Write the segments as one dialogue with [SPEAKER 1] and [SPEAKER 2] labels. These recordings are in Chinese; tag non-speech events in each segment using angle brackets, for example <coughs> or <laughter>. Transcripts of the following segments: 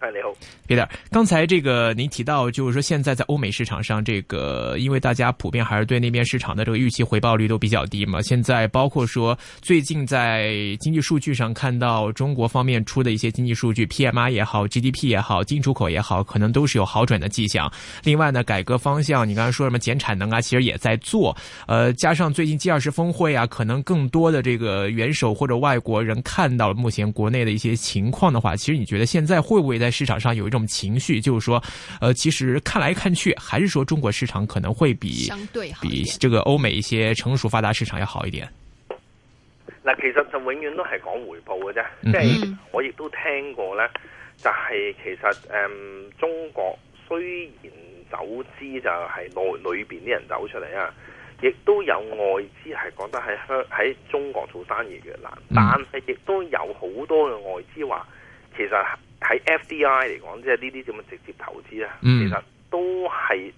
[SPEAKER 1] 系你好，
[SPEAKER 2] ，Peter。刚才这个您提到，就是说现在在欧美市场上，这个因为大家普遍还是对那边市场的这个预期回报率都比较低嘛。现在包括说最近在经济数据上看到中国方面出的一些经济数据，PMI 也好，GDP 也好，进出口也好，可能都是有好转的迹象。另外呢，改革方向，你刚才说什么减产能啊，其实也在做。呃，加上最近 G 二十峰会啊，可能更多的这个元首或者外国人看到了目前国内的一些情况的话，其实你觉得现在会不会在市场上有一种情绪，就是说，呃，其实看来看去，还是说中国市场可能会比
[SPEAKER 3] 相对好一
[SPEAKER 2] 比
[SPEAKER 3] 点。
[SPEAKER 2] 这个欧美一些成熟发达市场要好一点？
[SPEAKER 1] 嗱，其實就永遠都係講回報嘅啫，
[SPEAKER 2] 嗯
[SPEAKER 1] 即係
[SPEAKER 3] 嗯
[SPEAKER 1] 我亦都聽過呢，就係、其實誒、嗯中國雖然走資就係內裏邊啲人走出嚟啊，亦都有外資係覺得喺香喺中國做生意越難，
[SPEAKER 2] 嗯
[SPEAKER 1] 但係亦都有好多嘅外資話，其實喺 FDI 嚟講，即係呢啲咁嘅直接投資咧，
[SPEAKER 2] 嗯
[SPEAKER 1] 其實都係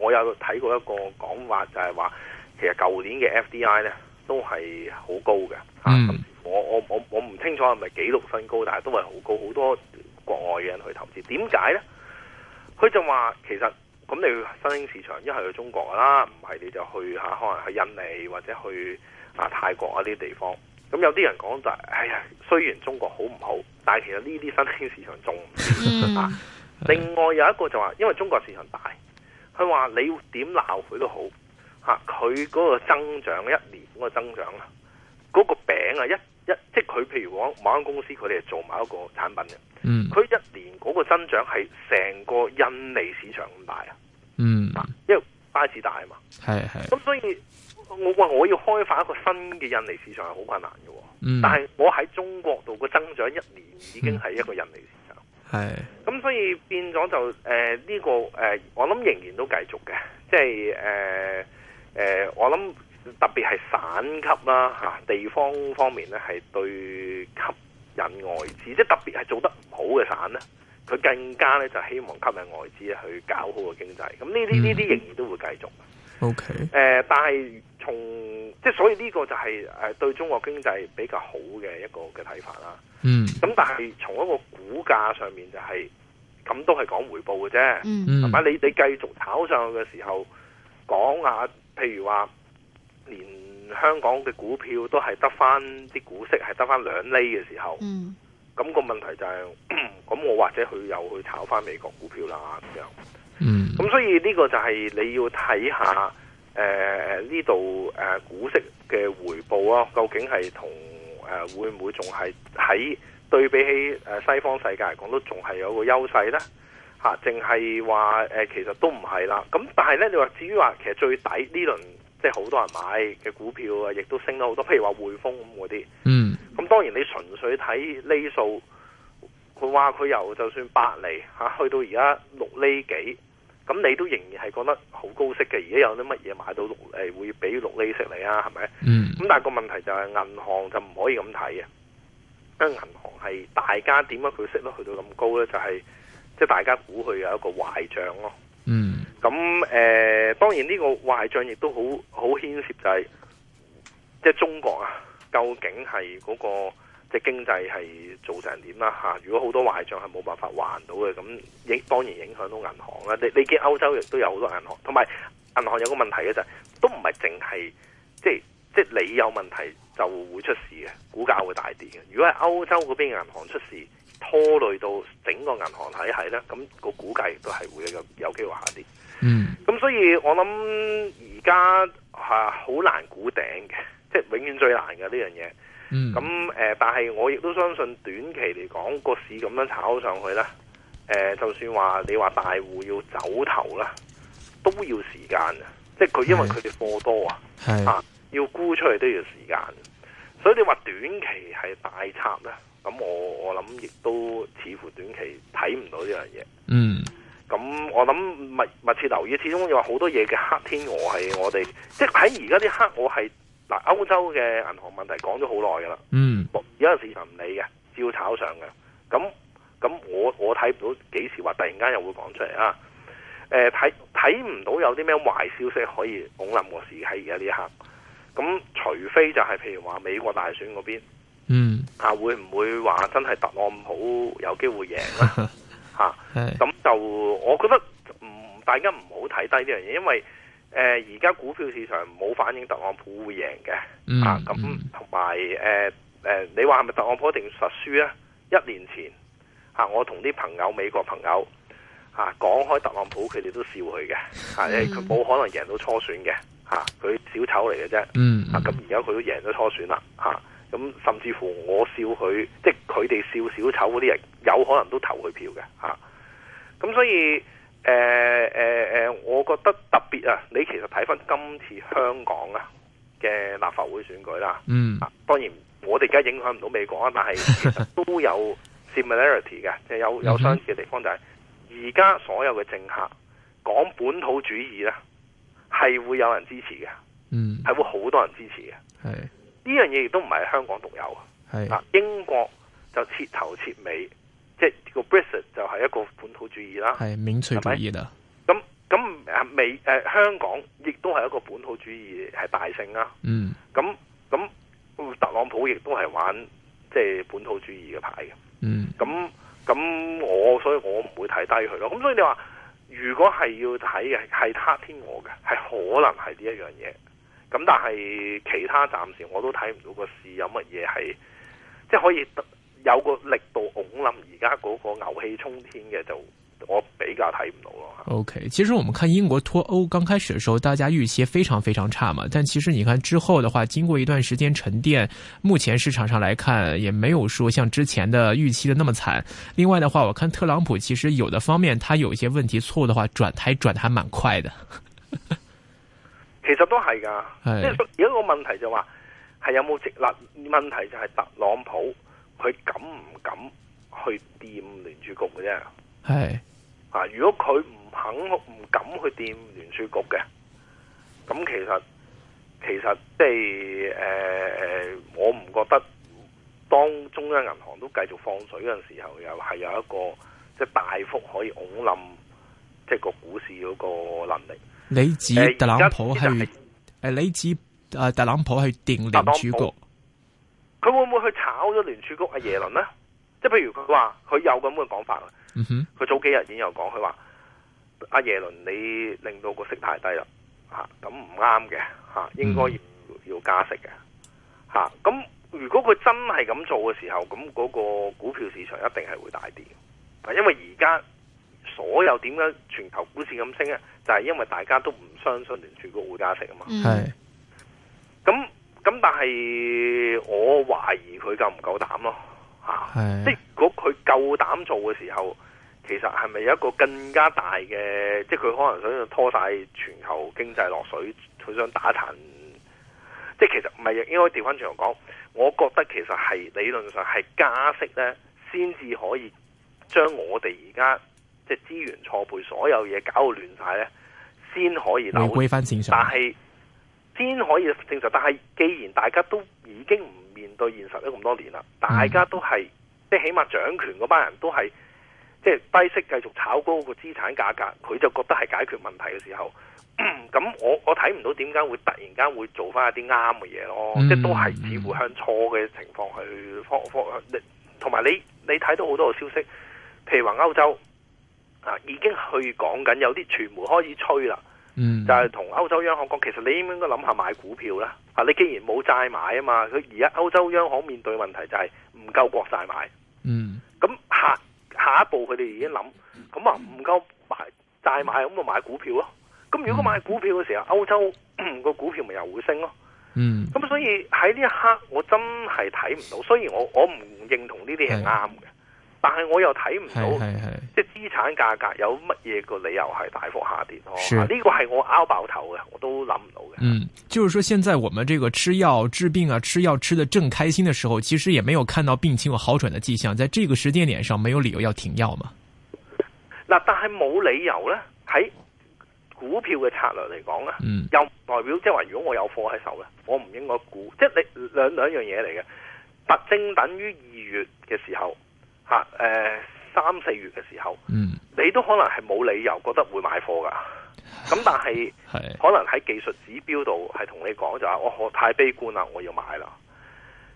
[SPEAKER 1] 我有睇過一個講法就係話，其實舊年嘅 FDI 咧都係好高嘅嚇。
[SPEAKER 2] 嗯
[SPEAKER 1] 甚至乎啊我我我我唔清楚係咪紀錄新高，但係都係好高，好多國外嘅人去投資。點解咧？佢就話其實咁你去新興市場，一係去中國啦，唔係你就去嚇、可能去印尼或者去啊泰國啊呢啲地方。咁有啲人講就係、哎呀，雖然中國好唔好，但係其實呢啲新興市場仲唔
[SPEAKER 2] <laughs>
[SPEAKER 3] 嗯，
[SPEAKER 1] 啊另外有一個就話，因為中國市場大，佢話你點鬧佢都好，嚇佢嗰個增長一年嗰個增長啦，嗰、個餅啊一一即係佢譬如講某間公司佢哋係做某一個產品嘅，
[SPEAKER 2] 嗯
[SPEAKER 1] 佢一年嗰個增長係成個印尼市場咁大啊，
[SPEAKER 2] 嗯，
[SPEAKER 1] 啊因為巴士大啊嘛，
[SPEAKER 2] 系系，
[SPEAKER 1] 咁所以我話我要開發一個新嘅印尼市場係好困難嘅喎，
[SPEAKER 2] 嗯
[SPEAKER 1] 但係我喺中國度個增長一年已經係一個印尼市場。
[SPEAKER 2] 系
[SPEAKER 1] 咁所以變咗就誒呢、個誒、呃我諗仍然都繼續嘅，即係誒誒，我諗特別係省級啦嚇、地方方面咧係對吸引外資，即係特別係做得唔好嘅省咧，佢更加咧就希望吸引外資咧去搞好個經濟。咁呢啲呢啲仍然都會繼續。
[SPEAKER 2] ，OK，
[SPEAKER 1] 誒、但係從即係所以呢個就係、誒、對中國經濟比較好嘅一個嘅睇法啦。
[SPEAKER 2] 嗯
[SPEAKER 1] 咁但係從一個股價上面就係、咁都係講回報嘅啫，
[SPEAKER 3] 嗯
[SPEAKER 2] 嗯
[SPEAKER 1] 係咪、你你繼續炒上去嘅時候，講下譬如話，連香港嘅股票都係得翻啲股息係得翻兩厘嘅時候，咁、
[SPEAKER 3] 嗯
[SPEAKER 1] 個問題就係、 <clears throat> 咁我或者佢又去炒翻美國股票啦咁樣。
[SPEAKER 2] 嗯
[SPEAKER 1] 咁所以呢個就係你要睇下誒呢度誒股息嘅回報啊，究竟係同誒會唔會仲係喺對比起誒西方世界嚟講都仲係有個優勢呢？嚇、淨係話誒其實都唔係啦。咁但係呢，你話至於話其實最抵呢輪即係好多人買嘅股票啊，亦都升咗好多，譬如話匯豐咁嗰啲。
[SPEAKER 2] 嗯
[SPEAKER 1] 咁當然你純粹睇呢數，佢話佢由就算八厘嚇、去到而家六厘幾，咁你都仍然係覺得好高息嘅。而家有啲乜嘢買到六厘會俾六厘息你啊？係咪？
[SPEAKER 2] 嗯
[SPEAKER 1] 咁但係個問題就係銀行就唔可以咁睇嘅，因為銀行係大家點解佢息率去到咁高呢？就係即係大家估佢有一個壞帳咯。
[SPEAKER 2] 嗯
[SPEAKER 1] 咁誒、呃，當然呢個壞帳亦都好好牽涉就係、即係中國啊，究竟係嗰、個即係經濟係做成點啦嚇？如果好多壞帳係冇辦法還到嘅，咁影當然影響到銀行啦。你你見歐洲亦都有好多銀行，同埋銀行有個問題嘅就係、都唔係淨係即係即係你有問題就會出事嘅，股價會大跌嘅。如果係歐洲嗰邊嘅銀行出事，拖累到整個銀行體系咧，咁、個股價亦都係會有有機會下跌。
[SPEAKER 2] 嗯
[SPEAKER 1] 咁所以我諗而家係好難估頂嘅， <laughs> 即係永遠最難嘅呢樣嘢。
[SPEAKER 2] 嗯，
[SPEAKER 1] 咁誒、呃但係我亦都相信短期嚟講個市咁樣炒上去咧，誒、呃就算話你話大戶要走頭啦，都要時間嘅，即係佢因為
[SPEAKER 2] 係
[SPEAKER 1] 佢哋貨多啊。
[SPEAKER 2] 系
[SPEAKER 1] 啊，要沽出去都要時間，所以你話短期係大插咧，咁我我諗亦都似乎短期睇唔到呢樣嘢。
[SPEAKER 2] 嗯。
[SPEAKER 1] 咁我諗密密切留意，始終有好多嘢嘅黑天鵝係我哋，即係喺而家啲黑，我係嗱，歐洲嘅銀行問題講咗好耐㗎啦，
[SPEAKER 2] 嗯
[SPEAKER 1] 有陣市場唔理嘅，照炒上嘅。咁咁我我睇唔到幾時話突然間又會講出嚟啊！誒睇睇唔到有啲咩壞消息可以拱冧個市喺而家呢一刻。咁除非就係譬如話美國大選嗰邊
[SPEAKER 2] 嗯，
[SPEAKER 1] 啊，會唔會話真係特朗普有機會贏啦？嚇、
[SPEAKER 2] 係
[SPEAKER 1] 咁就我覺得唔大家唔好睇低呢樣嘢，因為誒而家股票市場冇反映特朗普會贏嘅，
[SPEAKER 2] 嗯
[SPEAKER 1] 啊咁
[SPEAKER 2] 嗯
[SPEAKER 1] 同埋誒誒，你話係咪特朗普一定實輸啊？一年前嚇、啊我同啲朋友美國朋友嚇、啊、講開特朗普，佢哋都笑佢嘅嚇，因為佢冇可能贏到初選嘅嚇，佢、小丑嚟嘅啫。
[SPEAKER 2] 嗯
[SPEAKER 1] 啊，咁而家佢都贏咗初選啦，嚇、咁甚至乎我笑佢，即係佢哋笑小丑嗰啲人，有可能都投佢票嘅，嚇、咁所以，誒誒誒，我覺得特別啊，你其實睇翻今次香港啊嘅立法會選舉啦，
[SPEAKER 2] 嗯
[SPEAKER 1] 啊，當然我哋而家影響唔到美國啊，
[SPEAKER 2] <laughs>
[SPEAKER 1] 但係其實都有 similarity 嘅，即係
[SPEAKER 2] 嗯
[SPEAKER 1] 有有相似嘅地方就係，而家所有嘅政客講本土主義咧，係會有人支持嘅，
[SPEAKER 2] 嗯
[SPEAKER 1] 係會好多人支持嘅。
[SPEAKER 2] 係
[SPEAKER 1] 呢樣嘢亦都唔係香港獨有
[SPEAKER 2] 係
[SPEAKER 1] 啊！英國就徹頭徹尾，即係個 Brexit 就係一個本土主義啦。
[SPEAKER 2] 係民粹主義的，
[SPEAKER 1] 咁咁啊美誒、呃香港亦都係一個本土主義係大勝啦。
[SPEAKER 2] 嗯
[SPEAKER 1] 咁咁特朗普亦都係玩即係本土主義嘅牌嘅。
[SPEAKER 2] 嗯
[SPEAKER 1] 咁咁我所以我唔會睇低佢咯。咁所以你話如果係要睇嘅係他天我嘅，係可能係呢一樣嘢。咁但係其他暫時我都睇唔到個市有乜嘢係即係可以得有個力度拱冧而家嗰個牛氣沖天嘅就我比較睇唔到咯。
[SPEAKER 2] ，OK。其實我們看英國脫歐剛開始的時候，大家預期非常非常差嘛，但其實你看之後的話，經過一段時間沉澱，目前市場上來看，也沒有說像之前的預期的那麼慘。另外的話，我看特朗普其實有的方面他有一些問題錯誤的話，轉台轉得還蠻快的，
[SPEAKER 1] 其實都係㗎，
[SPEAKER 2] 係
[SPEAKER 1] 即係而家個問題就話係有冇直立問題就係特朗普佢敢唔敢去掂聯儲局嘅啫。
[SPEAKER 2] 係
[SPEAKER 1] 啊，如果佢唔肯唔敢去掂聯儲局嘅，咁其實其實即係誒誒，我唔覺得當中央銀行都繼續放水嗰陣時候，又係有一個即係大幅可以拱冧即係個股市嗰個能力。
[SPEAKER 2] 你指
[SPEAKER 1] 誒
[SPEAKER 2] 特朗普
[SPEAKER 1] 而家
[SPEAKER 2] 係誒你指誒呃特朗普係定聯儲
[SPEAKER 1] 特朗
[SPEAKER 2] 局，
[SPEAKER 1] 佢會唔會去炒咗聯儲局阿耶倫呢？即係譬如佢話佢有咁嘅講法啦，
[SPEAKER 2] 嗯哼，
[SPEAKER 1] 佢早幾日已經有講，佢話阿耶倫你令到個息太低啦，嚇咁唔啱嘅嚇，應該要、要加息嘅嚇。咁、如果佢真係咁做嘅時候，咁嗰個股票市場一定係會大跌，啊因為而家所有點解全球股市咁升咧，就係、因為大家都唔相信聯儲局會加息啊嘛。
[SPEAKER 3] 嗯
[SPEAKER 2] 係
[SPEAKER 1] 咁咁，但係我懷疑佢夠唔夠膽咯嚇。即係
[SPEAKER 2] 係
[SPEAKER 1] 如果佢夠膽做嘅時候，其實係咪有一個更加大嘅，即係佢可能想拖晒全球經濟落水，佢想打殘，即係其實唔係應該調翻轉頭講，我覺得其實係理論上係加息呢，先至可以將我哋而家即係資源錯配所有嘢搞到亂晒呢，先可以
[SPEAKER 2] 回
[SPEAKER 1] 扭
[SPEAKER 2] 歸翻正常
[SPEAKER 1] 但，係先可以證實。但係既然大家都已經唔面對現實咗咁多年啦，大家都係即係起碼掌權嗰班人都係即係低息繼續炒高個資產價格，佢就覺得係解決問題嘅時候。咁我我睇唔到點解會突然間會做翻一啲啱嘅嘢咯，
[SPEAKER 2] 嗯
[SPEAKER 1] 即係都係似乎向錯嘅情況去方方向。同埋你你睇到好多個消息，譬如話歐洲啊已經去講緊，有啲傳媒開始吹啦。
[SPEAKER 2] 嗯
[SPEAKER 1] 就係同歐洲央行講，其實你應唔應該諗下買股票啦？啊，你既然冇債買啊嘛，佢而家歐洲央行面對問題就係唔夠國債買，
[SPEAKER 2] 嗯
[SPEAKER 1] 咁下下一步佢哋已經諗，咁啊唔夠買債買，咁咪買股票咯。咁如果買股票嘅時候，歐洲 <coughs> 個股票咪又會升咯。
[SPEAKER 2] 嗯
[SPEAKER 1] 咁所以喺呢一刻，我真係睇唔到。雖然我我唔認同呢啲係啱嘅，但係我又睇唔
[SPEAKER 2] 係
[SPEAKER 1] 到。
[SPEAKER 2] 係係。
[SPEAKER 1] 即係資產價格有乜嘢個理由係大幅下跌咯？
[SPEAKER 2] 是
[SPEAKER 1] 啊呢個係我拗爆頭嘅，我都諗唔到嘅。
[SPEAKER 2] 嗯，就是说，现在我们这个吃药治病啊，吃药吃的正开心的时候，其实也没有看到病情有好转的迹象，在这个时间点上，没有理由要停药嘛。
[SPEAKER 1] 嗱，但係冇理由呢，喺股票嘅策略嚟講咧，
[SPEAKER 2] 嗯
[SPEAKER 1] 又唔代表即係話，如果我有貨喺手咧，我唔應該個股，即係你兩兩樣嘢嚟嘅。特徵等於二月嘅時候，嚇誒三四月嘅時候，
[SPEAKER 2] 嗯，
[SPEAKER 1] 你都可能係冇理由覺得會買貨㗎。咁但係
[SPEAKER 2] 係
[SPEAKER 1] 可能喺技術指標度係同你講就話，哦我我太悲觀啦，我要買啦。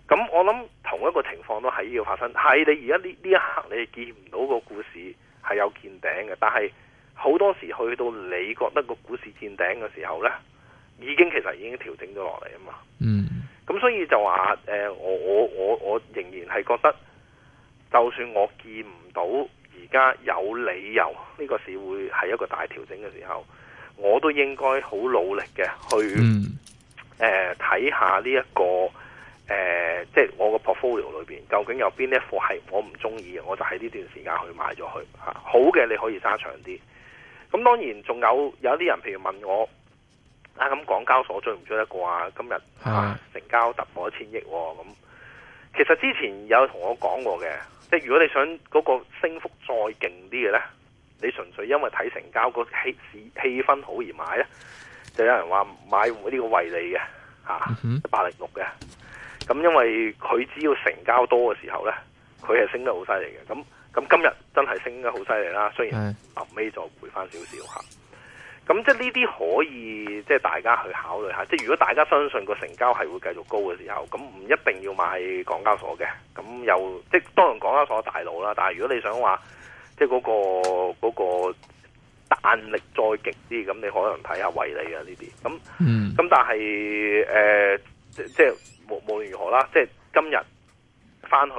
[SPEAKER 1] 咁我諗同一個情況都喺呢度發生，係你而家呢呢一刻你見唔到個股市係有見頂嘅，但係好多時去到你覺得個股市見頂嘅時候呢，已經其實已經調整咗落嚟啊嘛。
[SPEAKER 2] 嗯
[SPEAKER 1] 咁所以就話誒、呃我我我我仍然係覺得，就算我見唔到而家有理由呢個市會係一個大調整嘅時候，我都應該好努力嘅去
[SPEAKER 2] 嗯
[SPEAKER 1] 誒呃睇下呢一個誒、呃即係我個 portfolio 裏邊究竟有邊啲貨係我唔中意嘅，我就喺呢段時間去買咗佢嚇。好嘅你可以揸長啲。咁當然仲有有啲人譬如問我啊，咁港交所追唔追得過啊？今日
[SPEAKER 2] 係
[SPEAKER 1] 啊成交突破一千億喎，咁其實之前有同我講過嘅，即係如果你想嗰個升幅再勁啲嘅呢，你純粹因為睇成交個氣市氣氛好而買呢，就有人話買會呢個惠利嘅嚇
[SPEAKER 2] 嗯哼
[SPEAKER 1] 八零六嘅，咁因為佢只要成交多嘅時候呢，佢係升得好犀利嘅，咁咁今日真係升得好犀利啦，雖然。
[SPEAKER 2] 係
[SPEAKER 1] 臨尾再回翻少少嚇。咁即係呢啲可以即係大家去考慮下，即係如果大家相信個成交係會繼續高嘅時候，咁唔一定要買港交所嘅。咁又即係當然港交所大佬啦，但係如果你想話即係嗰、個嗰、個彈力再勁啲，咁你可能睇下維你啊呢啲。咁
[SPEAKER 2] 嗯
[SPEAKER 1] 咁但係誒、呃即即係無無論如何啦，即係今日翻去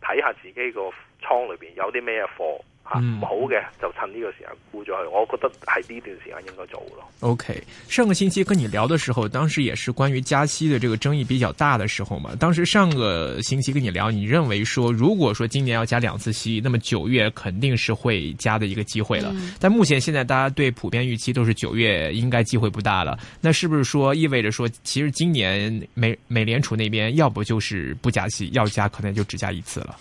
[SPEAKER 1] 睇下自己個倉裏邊有啲咩貨嚇，
[SPEAKER 2] 嗯
[SPEAKER 1] 唔好嘅就趁呢個時間沽咗佢。我覺得係呢段時間應該做咯。
[SPEAKER 2] ，OK。上個星期跟你聊的时候，当时也是关于加息的这个争议比较大的时候嘛。当时上个星期跟你聊，你认为说，如果说今年要加两次息，那么九月肯定是会加的一个机会
[SPEAKER 3] 嗯
[SPEAKER 2] 了。但目前现在大家对普遍预期都是九月应该机会不大了。那是不是说意味着说，其实今年美美联储那边要不就是不加息，要加可能就只加一次了？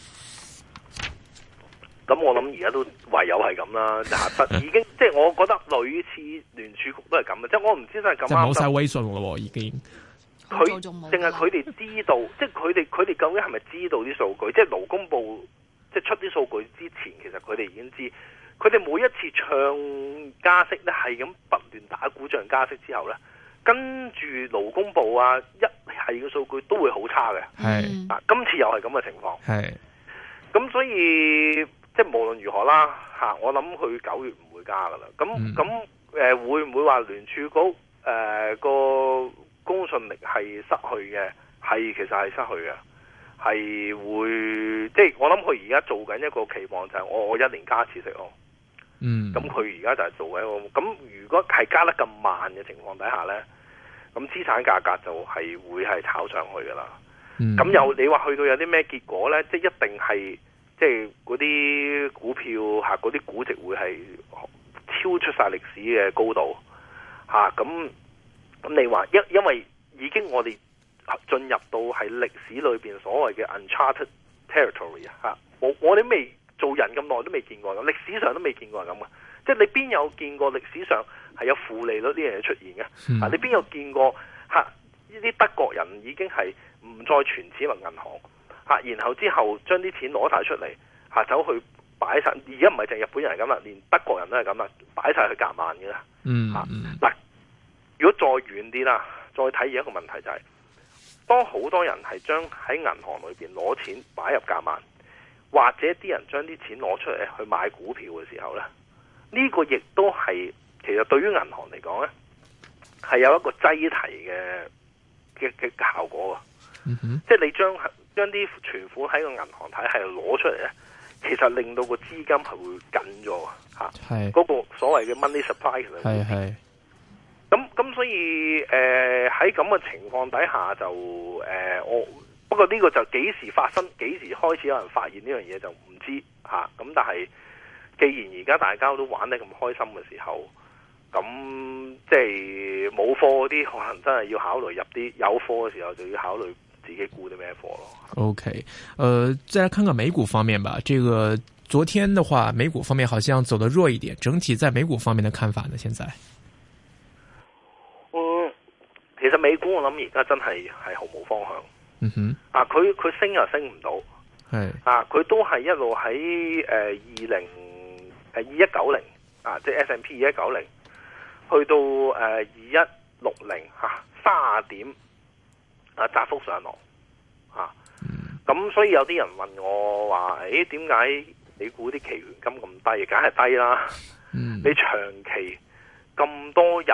[SPEAKER 1] 咁我諗而家都唯有係咁啦，
[SPEAKER 2] <laughs>
[SPEAKER 1] 嗱，不已經即係我覺得類似聯儲局都係咁嘅，即係我唔知真係咁
[SPEAKER 2] 即係冇
[SPEAKER 1] 啱
[SPEAKER 2] 晒
[SPEAKER 1] 得。
[SPEAKER 2] 威信咯，已經。
[SPEAKER 1] 佢
[SPEAKER 3] 做仲冇
[SPEAKER 1] 淨係佢哋知
[SPEAKER 3] <laughs>
[SPEAKER 1] 道，即係佢哋佢哋究竟係咪知道啲數據？即係勞工部即係出啲數據之前，其實佢哋已經知。佢哋每一次唱加息咧，係咁不斷打鼓唱加息之後咧，跟住勞工部啊一系嘅數據都會好差嘅。
[SPEAKER 3] 嗯
[SPEAKER 2] 係
[SPEAKER 1] 啊，今次又係咁嘅情況。
[SPEAKER 2] 係
[SPEAKER 1] 咁所以即係無論如何啦，嚇我諗佢九月唔會加噶啦。咁
[SPEAKER 2] 嗯
[SPEAKER 1] 咁誒會唔會話聯儲局誒、呃、個公信力係失去嘅？係其實係失去嘅，係會即係我諗佢而家做緊一個期望就係我我一年加一次息咯。
[SPEAKER 2] 嗯
[SPEAKER 1] 咁佢而家就係做緊一個咁，如果係加得咁慢嘅情況底下呢，咁資產價格就係會係炒上去噶啦。
[SPEAKER 2] 嗯
[SPEAKER 1] 咁有你話去到有啲咩結果呢？即係一定係即係嗰啲股票嚇，嗰啲估值會係超出晒歷史嘅高度嚇。咁、咁你話因因為已經我哋進入到喺歷史裏邊所謂嘅 uncharted territory 啊嚇，我我哋未做人咁耐都未見過咁，歷史上都未見過係咁嘅。即係你邊有見過歷史上係有負利率呢樣嘢出現嘅？
[SPEAKER 2] 嗯
[SPEAKER 1] 啊！你邊有見過嚇？呢啲德國人已經係唔再存錢落銀行嚇、然後之後將啲錢攞晒出嚟嚇、走去擺晒。而家唔係淨係日本人係咁啦，連德國人都係咁啦，擺晒去夾萬嘅啦。
[SPEAKER 2] 嗯
[SPEAKER 1] 啊
[SPEAKER 2] 嗯
[SPEAKER 1] 嗱，如果再遠啲啦，再睇而一個問題就係、當好多人係將喺銀行裏邊攞錢擺入夾萬，或者啲人將啲錢攞出嚟去買股票嘅時候呢，呢、個亦都係其實對於銀行嚟講呢，係有一個擠提嘅嘅嘅效果啊！
[SPEAKER 2] 嗯哼
[SPEAKER 1] 即係你將將啲存款喺個銀行體系度攞出嚟呢，其實令到個資金係會緊咗啊嚇。
[SPEAKER 2] 係
[SPEAKER 1] 嗰、個所謂嘅 money supply 其實會
[SPEAKER 2] 係係
[SPEAKER 1] 咁咁所以誒喺咁嘅情況底下就誒、呃我不過呢個就幾時發生幾時開始有人發現呢樣嘢就唔知嚇咁、但係既然而家大家都玩得咁開心嘅時候，咁即係冇貨嗰啲可能真係要考慮入啲有貨嘅時候就要考慮自己沽啲咩貨咯。
[SPEAKER 2] OK，呃，再来看看美股方面吧。这个昨天的话，美股方面好像走得弱一点，整体在美股方面的看法呢？现在
[SPEAKER 1] 嗯，其實實美股我諗而家真係係毫無方向
[SPEAKER 2] 嗯哼，
[SPEAKER 1] 啊！佢佢升又升唔到
[SPEAKER 2] 係
[SPEAKER 1] 啊！佢都係一路喺誒二零誒二一九零啊，即係 S M P 二一九零去到誒二一六零嚇卅點啊，窄幅上落啊！
[SPEAKER 2] 嗯
[SPEAKER 1] 咁所以有啲人問我話：，誒點解你估啲期權金咁低？梗係低啦！
[SPEAKER 2] 嗯
[SPEAKER 1] 你長期咁多日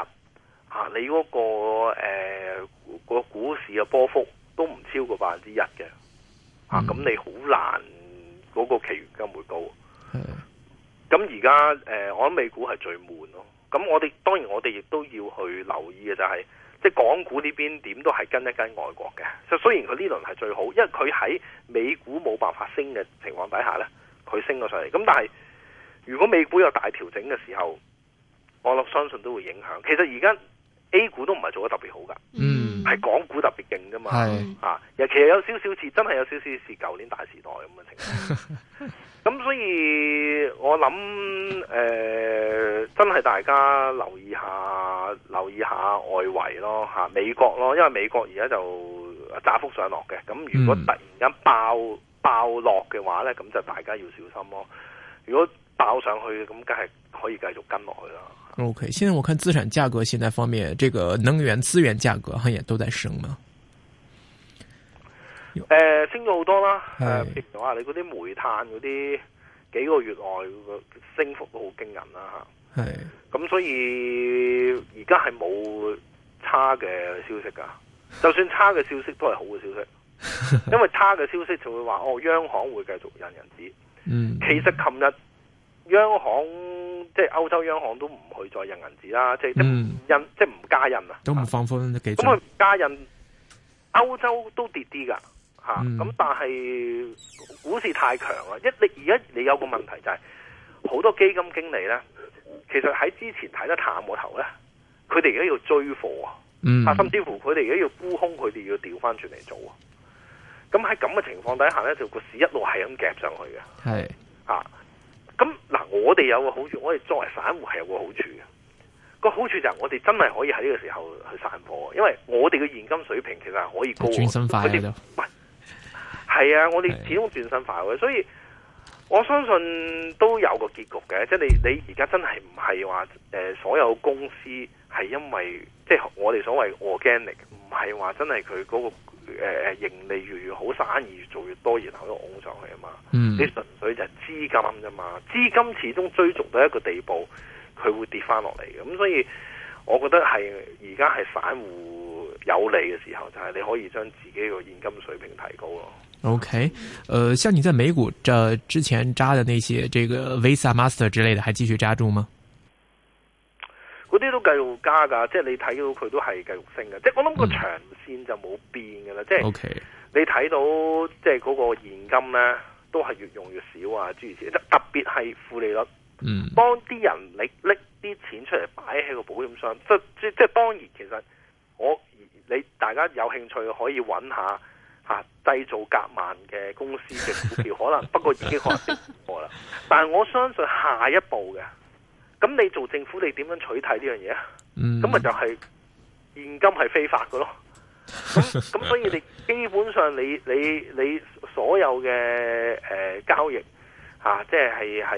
[SPEAKER 1] 啊，你嗰、個誒、呃個股市嘅波幅都唔超過百分之一嘅，啊
[SPEAKER 2] 嗯
[SPEAKER 1] 咁你好難嗰、個期權金會高。
[SPEAKER 2] 係
[SPEAKER 1] 咁而家誒，我諗美股係最悶咯。咁我哋當然我哋亦都要去留意嘅就係、即係港股呢邊點都係跟一跟外國嘅。就雖然佢呢輪係最好，因為佢喺美股冇辦法升嘅情況底下呢，佢升咗上嚟。咁但係如果美股有大調整嘅時候，我諗相信都會影響。其實而家 A 股都唔係做得特別好㗎，
[SPEAKER 2] 嗯
[SPEAKER 1] 係港股特別勁㗎嘛。
[SPEAKER 3] 嗯
[SPEAKER 2] 係
[SPEAKER 1] 啊，尤其實有少少似，真係有少少似舊年大時代咁嘅情況。咁所以我諗誒、呃真係大家留意下，留意下外圍咯嚇、美國咯，因為美國而家就窄幅上落嘅。咁如果
[SPEAKER 2] 嗯
[SPEAKER 1] 突然間爆爆落嘅話呢，咁就大家要小心咯。如果爆上去，咁梗係可以繼續跟落去啦。
[SPEAKER 2] OK。現在我看資產價格現在方面，這個能源資源價格好像也都在升嘛。
[SPEAKER 1] 誒、呃升咗好多啦，誒、
[SPEAKER 2] 係
[SPEAKER 1] 譬如話你嗰啲煤炭嗰啲幾個月內個升幅都好驚人啦
[SPEAKER 2] 係
[SPEAKER 1] 嚇，咁所以而家係冇差嘅消息㗎，就算差嘅消息都係好嘅消
[SPEAKER 2] <laughs>
[SPEAKER 1] 息，因為差嘅消息就會話哦央行會繼續印銀紙，
[SPEAKER 2] 嗯
[SPEAKER 1] 其實琴日央行即係歐洲央行都唔去再印銀紙啦，即係即係唔
[SPEAKER 2] 嗯，
[SPEAKER 1] 印即係唔加印啊，
[SPEAKER 2] 都唔放寬得幾
[SPEAKER 1] 咁佢
[SPEAKER 2] 準
[SPEAKER 1] 唔加印，歐洲都跌啲噶嚇，
[SPEAKER 2] 嗯
[SPEAKER 1] 咁、但係股市太強啦，一你而家你有個問題就係、好多基金經理呢，其實喺之前睇得淡個頭呢，佢哋而家要追貨啊，
[SPEAKER 2] 嗯
[SPEAKER 1] 啊甚至乎佢哋而家要沽空，佢哋要調翻轉嚟做啊。咁喺咁嘅情況底下呢，就個市一路係咁夾上去嘅
[SPEAKER 2] 係
[SPEAKER 1] 啊。咁嗱，我哋有個好處，我哋作為散戶係有個好處嘅。個好處就係我哋真係可以喺呢個時候去散貨，因為我哋嘅現金水平其實係可以高嘅。
[SPEAKER 2] 轉身快
[SPEAKER 1] 佢哋
[SPEAKER 2] 喺度。
[SPEAKER 1] 係啊，我哋
[SPEAKER 2] 係
[SPEAKER 1] 始終轉身快嘅，所以我相信都有個結局嘅。即係你你而家真係唔係話誒所有公司係因為即係我哋所謂 organic，唔係話真係佢嗰個誒、呃、盈利越嚟越好，生意越做越多，然後都拱上去啊嘛。
[SPEAKER 2] 嗯
[SPEAKER 1] 你純粹就係資金啫嘛，資金始終追逐到一個地步，佢會跌翻落嚟嘅。咁所以，我覺得係而家係散戶有利嘅時候，就係、你可以將自己個現金水平提高咯。
[SPEAKER 2] OK，呃，像你在美股这之前扎的那些这个 Visa、Master 之类的，还继續扎住嗎？
[SPEAKER 1] 嗰啲都繼續加㗎，即係你睇到佢都係繼續升嘅。即係我諗個長線就冇變㗎啦。即係
[SPEAKER 2] OK，
[SPEAKER 1] 你睇到即係嗰個現金咧，都係越用越少啊，諸如此類。特別係負利率。
[SPEAKER 2] 嗯
[SPEAKER 1] 幫啲人你拎啲錢出嚟擺喺個保險箱，即即即當然其實我你大家有興趣可以揾下嚇、啊、製造夾萬嘅公司嘅股票，可能不過已經可能跌過啦。但係我相信下一步嘅，咁你做政府你點樣取締呢樣嘢啊？
[SPEAKER 2] 嗯，
[SPEAKER 1] 咁咪就係現金係非法嘅咯。咁咁所以你基本上你你你所有嘅誒、呃交易嚇、啊即係係誒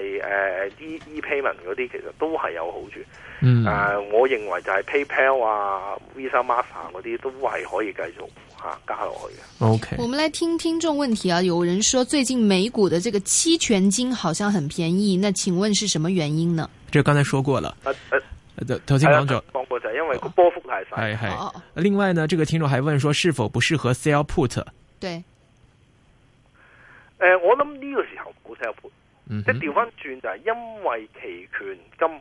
[SPEAKER 1] e e payment 嗰啲，其實都係有好處。誒、啊
[SPEAKER 2] 嗯
[SPEAKER 1] 我認為就係 PayPal 啊、Visa、Master 嗰啲都係可以繼續嚇、啊加落去嘅。
[SPEAKER 2] OK，
[SPEAKER 3] 我们来听听众问题啊，有人说最近美股的这个期权金好像很便宜，那请问是什么原因呢？
[SPEAKER 2] 這剛才說過了，
[SPEAKER 1] 啊誒
[SPEAKER 2] 呃頭先
[SPEAKER 1] 係
[SPEAKER 2] 講咗
[SPEAKER 1] 啦，，講過就係因為個波幅太細。
[SPEAKER 2] 係係。
[SPEAKER 3] 哦，
[SPEAKER 2] 另外呢，這個聽眾還問說是否不適合 sell put？
[SPEAKER 3] 对，
[SPEAKER 1] 誒、呃我諗呢個時候唔好 sell put
[SPEAKER 2] 嗯
[SPEAKER 1] 即
[SPEAKER 2] 哼
[SPEAKER 1] 係調翻轉就係因為期權金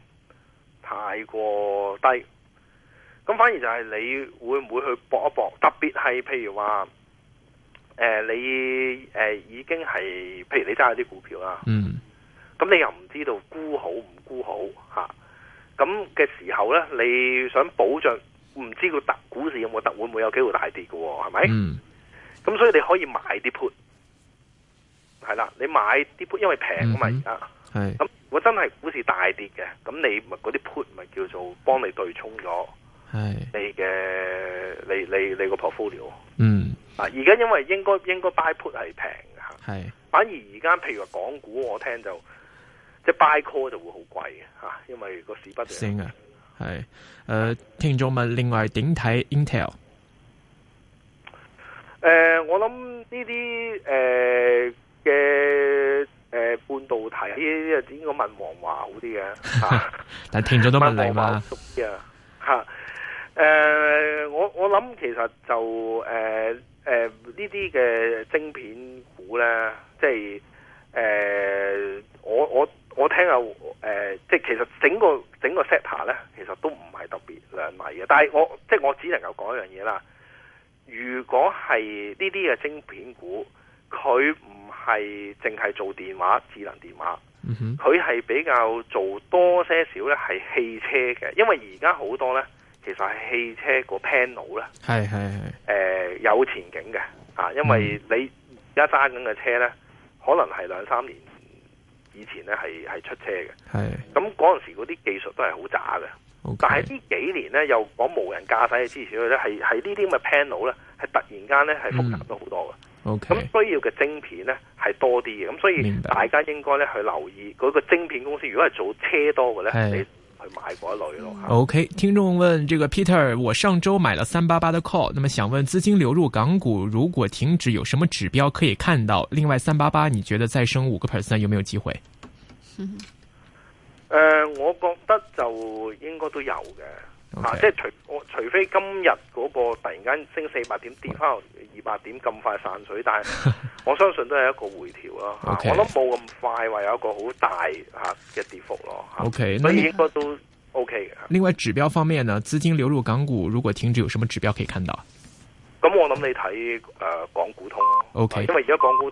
[SPEAKER 1] 太過低，咁反而就係你會唔會去搏一搏？特別係譬如話，誒、你誒、已經係譬如你揸咗啲股票啦，
[SPEAKER 2] 嗯
[SPEAKER 1] 咁你又唔知道沽好唔沽好嚇，咁、嘅時候呢，你想保障唔知個特股市有冇特會唔會有機會大跌嘅喎？係咪？
[SPEAKER 2] 嗯
[SPEAKER 1] 咁所以你可以買啲 put，係啦，你買啲 put 因為平啊嘛而
[SPEAKER 2] 嗯哼
[SPEAKER 1] 家。
[SPEAKER 2] 係
[SPEAKER 1] 咁如果真係股市大跌嘅，咁你咪嗰啲 put 咪叫做幫你對沖咗，
[SPEAKER 2] 係，
[SPEAKER 1] 你嘅你你你個 portfolio
[SPEAKER 2] 嗯，
[SPEAKER 1] 啊！而家因為應該應該 buy put 係平嘅嚇，
[SPEAKER 2] 係，
[SPEAKER 1] 反而而家譬如話港股，我聽就即係 buy call 就會好貴嘅嚇，因為個市不斷
[SPEAKER 2] 升啊，係。誒、呃，聽眾問，另外點睇 Intel？
[SPEAKER 1] 誒、我諗呢啲誒嘅誒半導體呢啲應該問黃華好啲嘅嚇，
[SPEAKER 2] 但聽眾都問
[SPEAKER 1] <laughs> 問
[SPEAKER 2] 你
[SPEAKER 1] 黃華好
[SPEAKER 2] 嘛，
[SPEAKER 1] 熟啲啊嚇。誒、我我諗其實就誒誒呢啲嘅晶片股咧，即係誒、我我我聽下誒、即係其實整個整個 sector 咧，其實都唔係特別亮麗嘅。但係我即係我只能夠講一樣嘢啦。如果係呢啲嘅晶片股，佢唔係淨係做電話、智能電話，
[SPEAKER 2] 嗯哼，
[SPEAKER 1] 佢係比較做多些少咧係汽車嘅，因為而家好多咧其實係汽車個 panel 咧，
[SPEAKER 2] 係係係，
[SPEAKER 1] 誒、有前景嘅啊，因為你而家揸緊嘅車咧，可能係兩三年以前咧係係出車嘅，
[SPEAKER 2] 係
[SPEAKER 1] 咁嗰陣時嗰啲技術都係好渣嘅。但係
[SPEAKER 2] ，OK，
[SPEAKER 1] 呢幾年咧，又講無人駕駛嘅支持咧，係係呢啲咁嘅 panel 咧，係突然間咧係複雜咗好多嘅。咁、
[SPEAKER 2] OK，
[SPEAKER 1] 需要嘅晶片咧係多啲嘅，咁所以
[SPEAKER 2] 明白
[SPEAKER 1] 大家應該咧去留意嗰、個晶片公司，如果係做車多嘅
[SPEAKER 2] 係
[SPEAKER 1] 咧，你去買嗰一類咯嚇。
[SPEAKER 2] OK，听众问这个 Peter，我上周买了三八八的 call，那么想问资金流入港股如果停止，有什么指标可以看到？另外三八八，你觉得再升五个 percent 有没有机会？
[SPEAKER 1] 誒、呃我覺得就應該都有嘅。啊
[SPEAKER 2] OK
[SPEAKER 1] 即係除我除非今日嗰個突然間升四百點跌翻二百點咁快散水，但
[SPEAKER 2] <laughs>
[SPEAKER 1] 係我相信都係一個回調咯。啊
[SPEAKER 2] OK
[SPEAKER 1] 我諗冇咁快話有一個好大嚇嘅跌幅咯。啊
[SPEAKER 2] OK，
[SPEAKER 1] 所以
[SPEAKER 2] 那
[SPEAKER 1] 應該都 OK 嘅。
[SPEAKER 2] 另外指标方面呢，资金流入港股如果停止，有什么指标可以看到？
[SPEAKER 1] 咁我諗你睇誒、呃港股通咯
[SPEAKER 2] OK
[SPEAKER 1] 因為而家港股